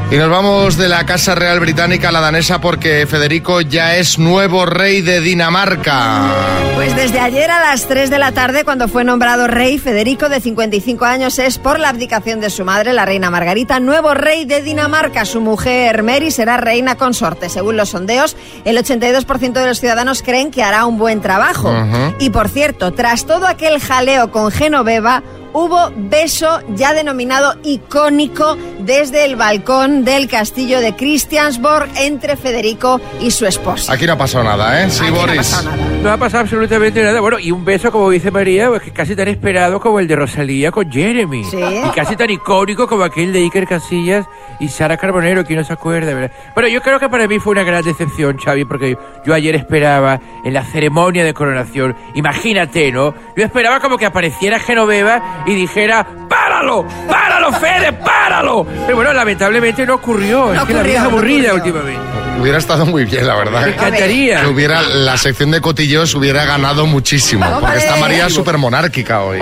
Y nos vamos de la Casa Real Británica a la danesa porque Federico ya es nuevo rey de Dinamarca. Pues desde ayer a las 3 de la tarde, cuando fue nombrado rey, Federico, de 55 años, es por la abdicación de su madre, la reina Margarita, nuevo rey de Dinamarca. Su mujer, Mary, será reina consorte. Según los sondeos, el 82% de los ciudadanos creen que hará un buen trabajo. Ujú. Y por cierto, tras todo aquel jaleo con Genoveva, hubo beso ya denominado icónico desde el balcón del castillo de Christiansborg entre Federico y su esposa. Aquí no ha pasado nada, ¿eh? Sí, Boris. No ha pasado absolutamente nada. Bueno, y un beso, como dice María, pues que casi tan esperado como el de Rosalía con Jeremy. Y casi tan icónico como aquel de Iker Casillas y Sara Carbonero, que no se acuerda, ¿verdad? Bueno, yo creo que para mí fue una gran decepción, Xavi, porque yo ayer esperaba en la ceremonia de coronación, imagínate, ¿no? Yo esperaba como que apareciera Genoveva y dijera, ¡páralo! ¡Páralo, Fede! ¡Páralo! Pero bueno, lamentablemente no ocurrió. es que la vida es aburrida últimamente. Hubiera estado muy bien, la verdad. Me encantaría. Que hubiera, la sección de cotillos hubiera ganado muchísimo. Porque está María súper monárquica hoy.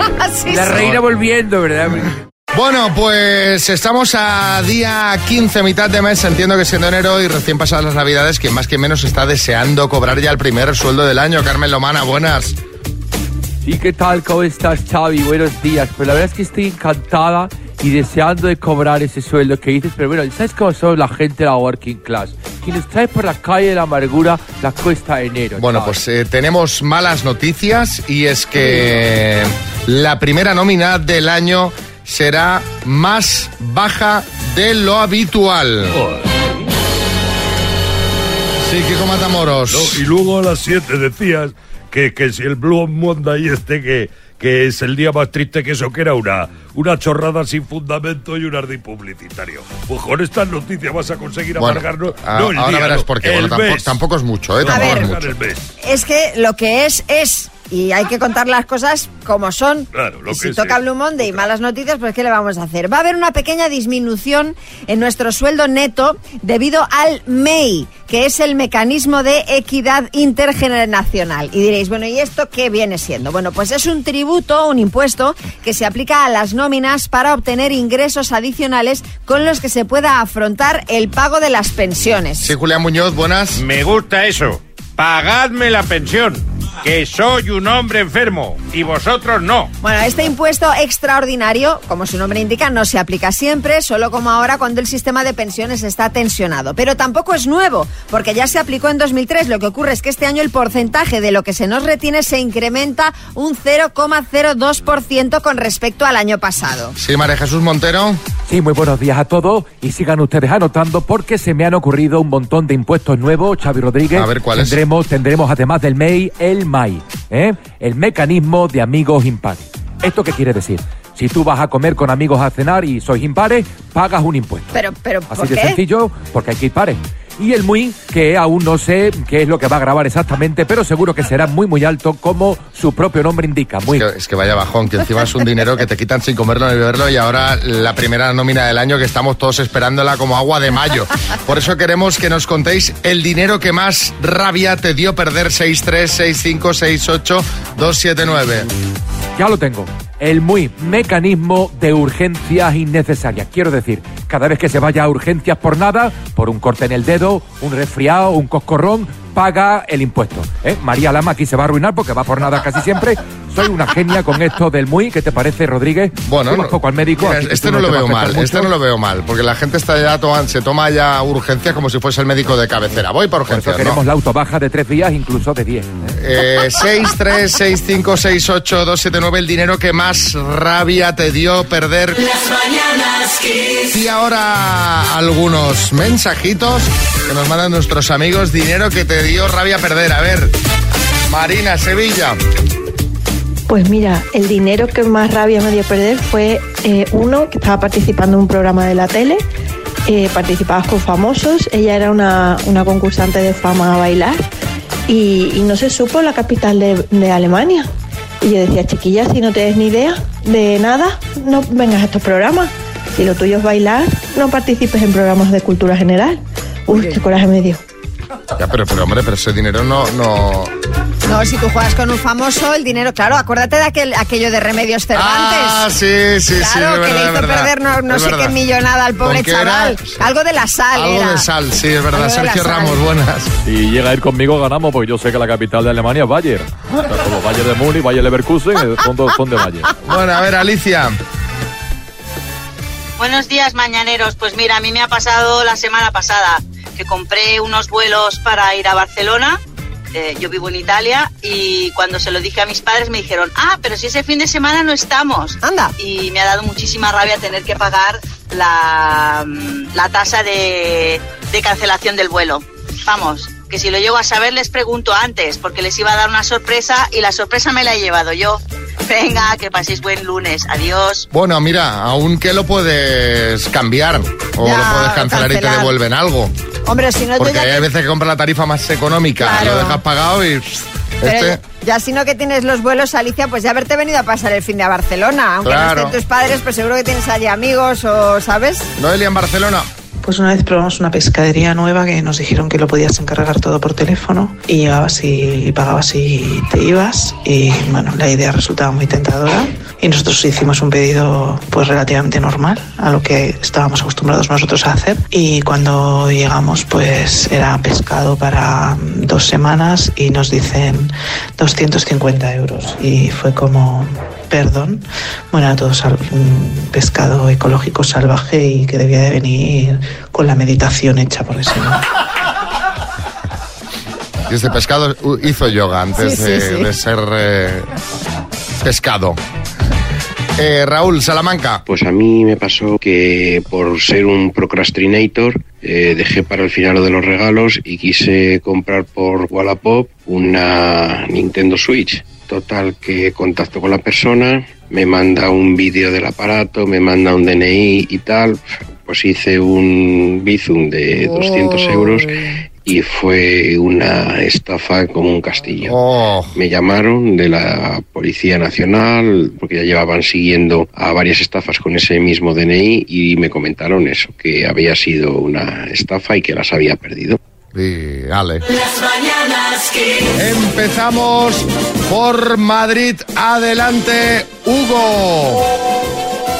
la reina volviendo, ¿verdad? Bueno, pues estamos a día 15, mitad de mes, entiendo que siendo enero y recién pasadas las navidades, quien más que menos está deseando cobrar ya el primer sueldo del año. Carmen Lomana, buenas. ¿Y qué tal? ¿Cómo estás, Xavi? Buenos días. Pues la verdad es que estoy encantada y deseando de cobrar ese sueldo que dices, pero bueno, ¿sabes cómo son la gente de la working class? Quienes trae por la calle de la amargura la cuesta de enero. Bueno, pues eh, tenemos malas noticias y es que la primera nómina del año será más baja de lo habitual. Sí, Kiko Matamoros. y luego a las 7 decías que, que si el Blue Monday este que, que es el día más triste que eso, que era una, una chorrada sin fundamento y un ardid publicitario. Pues con estas noticias vas a conseguir Bueno, amargarnos. a- no el ahora día, verás no, por qué. el Bueno, tampoco, mes. tampoco es mucho, ¿eh? No, Tampoco amargar es mucho. el mes. Es que lo que es es y hay que contar las cosas como son. Claro, lo Y que si es. toca Blue Monday y malas noticias, pues ¿qué le vamos a hacer? Va a haber una pequeña disminución en nuestro sueldo neto debido al MEI, que es el mecanismo de equidad intergeneracional. Y diréis, bueno, ¿y esto qué viene siendo? Bueno, pues es un tributo, un impuesto que se aplica a las nóminas para obtener ingresos adicionales con los que se pueda afrontar el pago de las pensiones. Sí, Julián Muñoz, buenas. Me gusta eso. Pagadme la pensión, que soy un hombre enfermo y vosotros no. Bueno, este impuesto extraordinario, como su nombre indica, no se aplica siempre, solo como ahora cuando el sistema de pensiones está tensionado. Pero tampoco es nuevo, porque ya se aplicó en 2003. Lo que ocurre es que este año el porcentaje de lo que se nos retiene se incrementa un 0,02% con respecto al año pasado. Sí, María Jesús Montero. Sí, muy buenos días a todos y sigan ustedes anotando porque se me han ocurrido un montón de impuestos nuevos, Xavi Rodríguez. A ver, ¿cuáles? Tendremos, tendremos además del MEI, el MAI, ¿eh? el mecanismo de amigos impares. ¿Esto qué quiere decir? Si tú vas a comer con amigos a cenar y sois impares, pagas un impuesto. Pero, pero, Así ¿por de qué? sencillo, porque hay que ir pares. Y el muy, que aún no sé qué es lo que va a grabar exactamente, pero seguro que será muy, muy alto, como su propio nombre indica. Muy. Es que vaya bajón, que encima es un dinero que te quitan sin comerlo ni beberlo y ahora la primera nómina del año que estamos todos esperándola como agua de mayo. Por eso queremos que nos contéis el dinero que más rabia te dio perder 636568279. Ya lo tengo. El muy mecanismo de urgencias innecesarias. Quiero decir, cada vez que se vaya a urgencias por nada, por un corte en el dedo, un resfriado, un coscorrón, paga el impuesto. ¿eh? María Lama aquí se va a arruinar porque va por nada casi siempre. Soy una genia con esto del muy. ¿Qué te parece, Rodríguez? Bueno, Fuimos no- poco al médico. Mira, así que este tú no lo te vas a veo afectar mal, este mucho. no lo veo mal, porque la gente está ya toman- se toma ya urgencias como si fuese el médico de cabecera. Voy para Pues Por eso urgencias. queremos ¿no? la autobaja de tres días, incluso de diez. ¿eh? Eh, 636568279, el dinero que más rabia te dio perder. Las mañanas Kiss. Y ahora algunos mensajitos que nos mandan nuestros amigos. Dinero que te dio rabia perder. A ver, Marina, Sevilla. Pues mira, el dinero que más rabia me dio perder fue eh, uno que estaba participando en un programa de la tele, eh, participabas con famosos, ella era una, una concursante de fama a bailar y, y no se supo la capital de, de Alemania. Y yo decía, chiquilla, si no tienes ni idea de nada, no vengas a estos programas. Si lo tuyo es bailar, no participes en programas de cultura general. Uy, qué coraje me dio. Ya, pero, pero hombre, pero ese dinero no, no. No, si tú juegas con un famoso, el dinero, claro, acuérdate de aquel, aquello de Remedios Cervantes. Ah, sí, sí, sí. Claro, es que verdad, es le hizo verdad, perder no, no es sé qué verdad. millonada al pobre ¿Con qué era? chaval. Algo de la sal Algo era. de sal, sí, es verdad. Algo de la Sergio sal. Ramos, buenas. Si llega a ir conmigo, ganamos, porque yo sé que la capital de Alemania es Bayern. O sea, como Bayern de Múnich, Bayern Leverkusen, eh, son, de- son de Bayern. Bueno, a ver, Alicia. Buenos días, mañaneros. Pues mira, a mí me ha pasado la semana pasada que compré unos vuelos para ir a Barcelona. Eh, yo vivo en Italia y cuando se lo dije a mis padres me dijeron, ah, pero si ese fin de semana no estamos. Anda. Y me ha dado muchísima rabia tener que pagar la, mm, la tasa de, de cancelación del vuelo. Vamos, que si lo llego a saber les pregunto antes, porque les iba a dar una sorpresa y la sorpresa me la he llevado yo. Venga, que paséis buen lunes. Adiós. Bueno, mira, aún que lo puedes cambiar o Ya, lo puedes cancelar, y te cancelar. devuelven algo. Hombre, si no yo Porque ya- hay veces que compras la tarifa más económica, Claro. lo dejas pagado y. pss, Pero este- ya si no que tienes los vuelos, Alicia, pues ya haberte venido a pasar el fin de a Barcelona. Aunque Claro. no estén tus padres, pues seguro que tienes allí amigos o, ¿sabes? Noelia en Barcelona. Pues una vez probamos una pescadería nueva que nos dijeron que lo podías encargar todo por teléfono y llegabas y pagabas y te ibas y bueno, la idea resultaba muy tentadora y nosotros hicimos un pedido pues relativamente normal a lo que estábamos acostumbrados nosotros a hacer y cuando llegamos pues era pescado para mm, dos semanas y nos dicen 250 euros y fue como perdón, bueno, era todo sal- mm, pescado ecológico salvaje y que debía de venir con la meditación hecha, porque si no... Y este pescado u- hizo yoga antes Sí, sí, de, sí. de ser eh, pescado. Eh, Raúl, Salamanca. Pues a mí me pasó que por ser un procrastinator eh, dejé para el final lo de los regalos y quise comprar por Wallapop una Nintendo Switch. Total que contacto con la persona, me manda un vídeo del aparato, me manda un DNI y tal. Pues hice un bizum de 200 euros y fue una estafa como un castillo. Me llamaron de la Policía Nacional porque ya llevaban siguiendo a varias estafas con ese mismo DNI y me comentaron eso, que había sido una estafa y que las había perdido. Y Ale. Las mañanas Kiss. Empezamos por Madrid. Adelante, Hugo.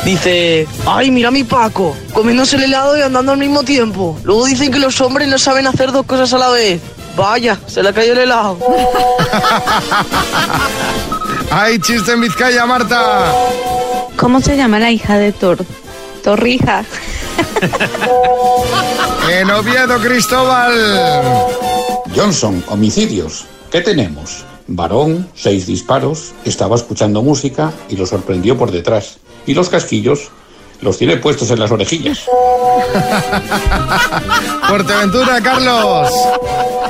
Dice, ay, mira a mi Paco, comiéndose el helado y andando al mismo tiempo. Luego dicen que los hombres no saben hacer dos cosas a la vez. Vaya, se le cayó el helado. Hay chiste en Vizcaya, Marta. ¿Cómo se llama la hija de Thor? Torrija. En Oviedo, Cristóbal. Johnson, homicidios. ¿Qué tenemos? Varón, seis disparos, estaba escuchando música y lo sorprendió por detrás. Y los casquillos los tiene puestos en las orejillas. Fuerteventura, Carlos.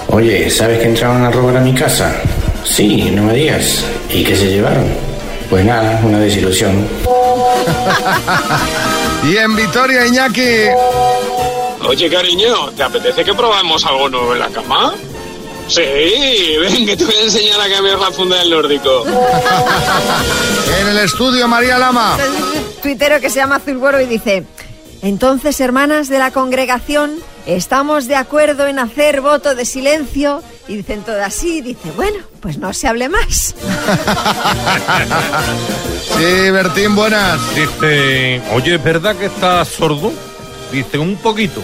Oye, ¿sabes que entraron a robar a mi casa? Sí, no me digas. ¿Y qué se llevaron? Pues nada, una desilusión. Y en Vitoria, Iñaki. Oye, cariño, ¿te apetece que probemos algo nuevo en la cama? Sí, ven que te voy a enseñar a cambiar la funda del nórdico. En el estudio, María Lama. tuitero que se llama Zulboro y dice, entonces hermanas de la congregación, estamos de acuerdo en hacer voto de silencio. Y dicen todas sí, dice, bueno, pues no se hable más. Sí, Bertín, buenas. Dice, oye, ¿es verdad que estás sordo? Dice, un poquito,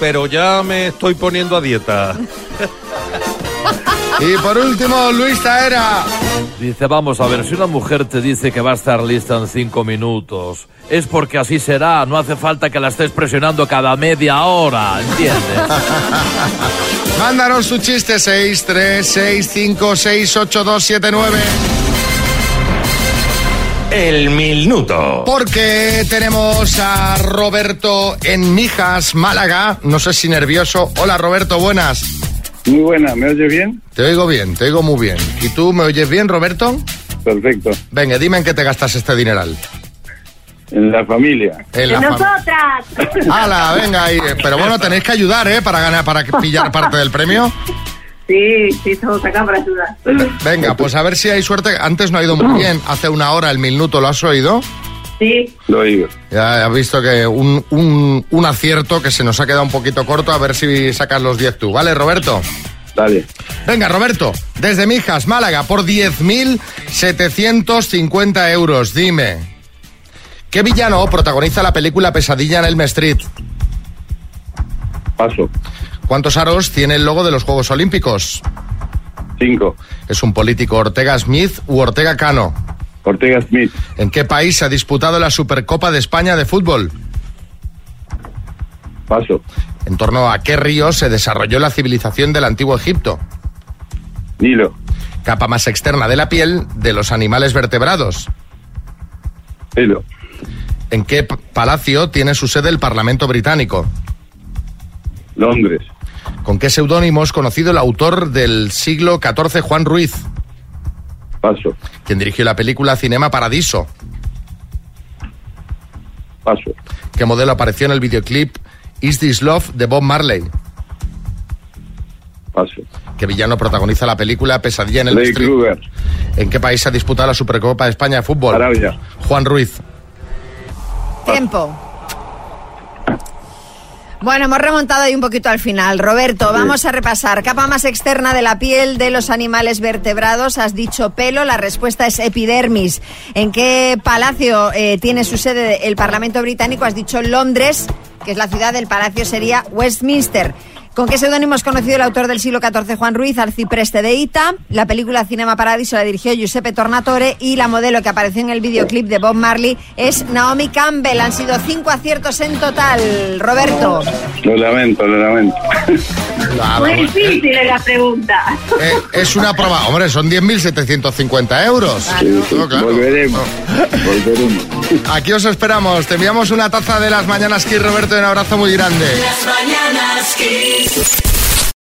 pero ya me estoy poniendo a dieta. Y por último, Luis Taera. Dice, vamos a ver, si una mujer te dice que va a estar lista en cinco minutos, es porque así será, no hace falta que la estés presionando cada media hora, ¿entiendes? Mándanos tu chiste 636568279. El minuto. Porque tenemos a Roberto en Mijas, Málaga. No sé si nervioso. Hola Roberto, buenas. Muy buena, ¿me oye bien? Te oigo bien, te oigo muy bien. ¿Y tú me oyes bien, Roberto? Perfecto. Venga, dime en qué te gastas este dineral. En la familia. En la fam- ¡Hala, venga! ahí. Pero bueno, tenéis que ayudar, ¿eh? Para ganar, para pillar parte del premio. Sí, sí, estamos acá para ayudar. Venga, pues a ver si hay suerte. Antes no ha ido muy bien. Hace una hora el minuto, ¿lo has oído? Sí, Lo digo. Ya has visto que un, un, un acierto que se nos ha quedado un poquito corto. A ver si sacas los 10 tú, ¿vale, Roberto? Dale. Venga, Roberto, desde Mijas, Málaga, por 10.750 euros. Dime, ¿qué villano protagoniza la película Pesadilla en Elm Street? Paso. ¿Cuántos aros tiene el logo de los Juegos Olímpicos? Cinco. ¿Es un político Ortega Smith u Ortega Cano? Ortega Smith. ¿En qué país se ha disputado la Supercopa de España de fútbol? Paso. ¿En torno a qué río se desarrolló la civilización del antiguo Egipto? Nilo. Capa más externa de la piel de los animales vertebrados. Pelo. ¿En qué p- palacio tiene su sede el Parlamento británico? Londres. ¿Con qué seudónimo es conocido el autor del siglo XIV Juan Ruiz, Paso. quien dirigió la película Cinema Paradiso? Paso. ¿Qué modelo apareció en el videoclip Is This Love de Bob Marley? Paso. ¿Qué villano protagoniza la película Pesadilla en el Freddy Street? Krueger. ¿En qué país se ha disputado la Supercopa de España de fútbol? Arabia. Juan Ruiz. Tiempo. Bueno, hemos remontado ahí un poquito al final. Roberto, vamos a repasar. Capa más externa de la piel de los animales vertebrados. Has dicho pelo, la respuesta es epidermis. ¿En qué palacio eh, tiene su sede el Parlamento británico? Has dicho Londres, que es la ciudad del palacio, sería Westminster. ¿Con qué seudónimo es conocido el autor del siglo XIV, Juan Ruiz, Arcipreste de Ita? La película Cinema Paradiso la dirigió Giuseppe Tornatore y la modelo que apareció en el videoclip de Bob Marley es Naomi Campbell. Han sido cinco aciertos en total, Roberto. Lo lamento, lo lamento. Pues Fue difícil la pregunta. Eh, es una prueba. Hombre, son 10.750 euros. No, claro. Volveremos. Volveremos. Aquí os esperamos. Te enviamos una taza de las mañanas, Kiss Roberto. y Un abrazo muy grande. Las mañanas Kiss.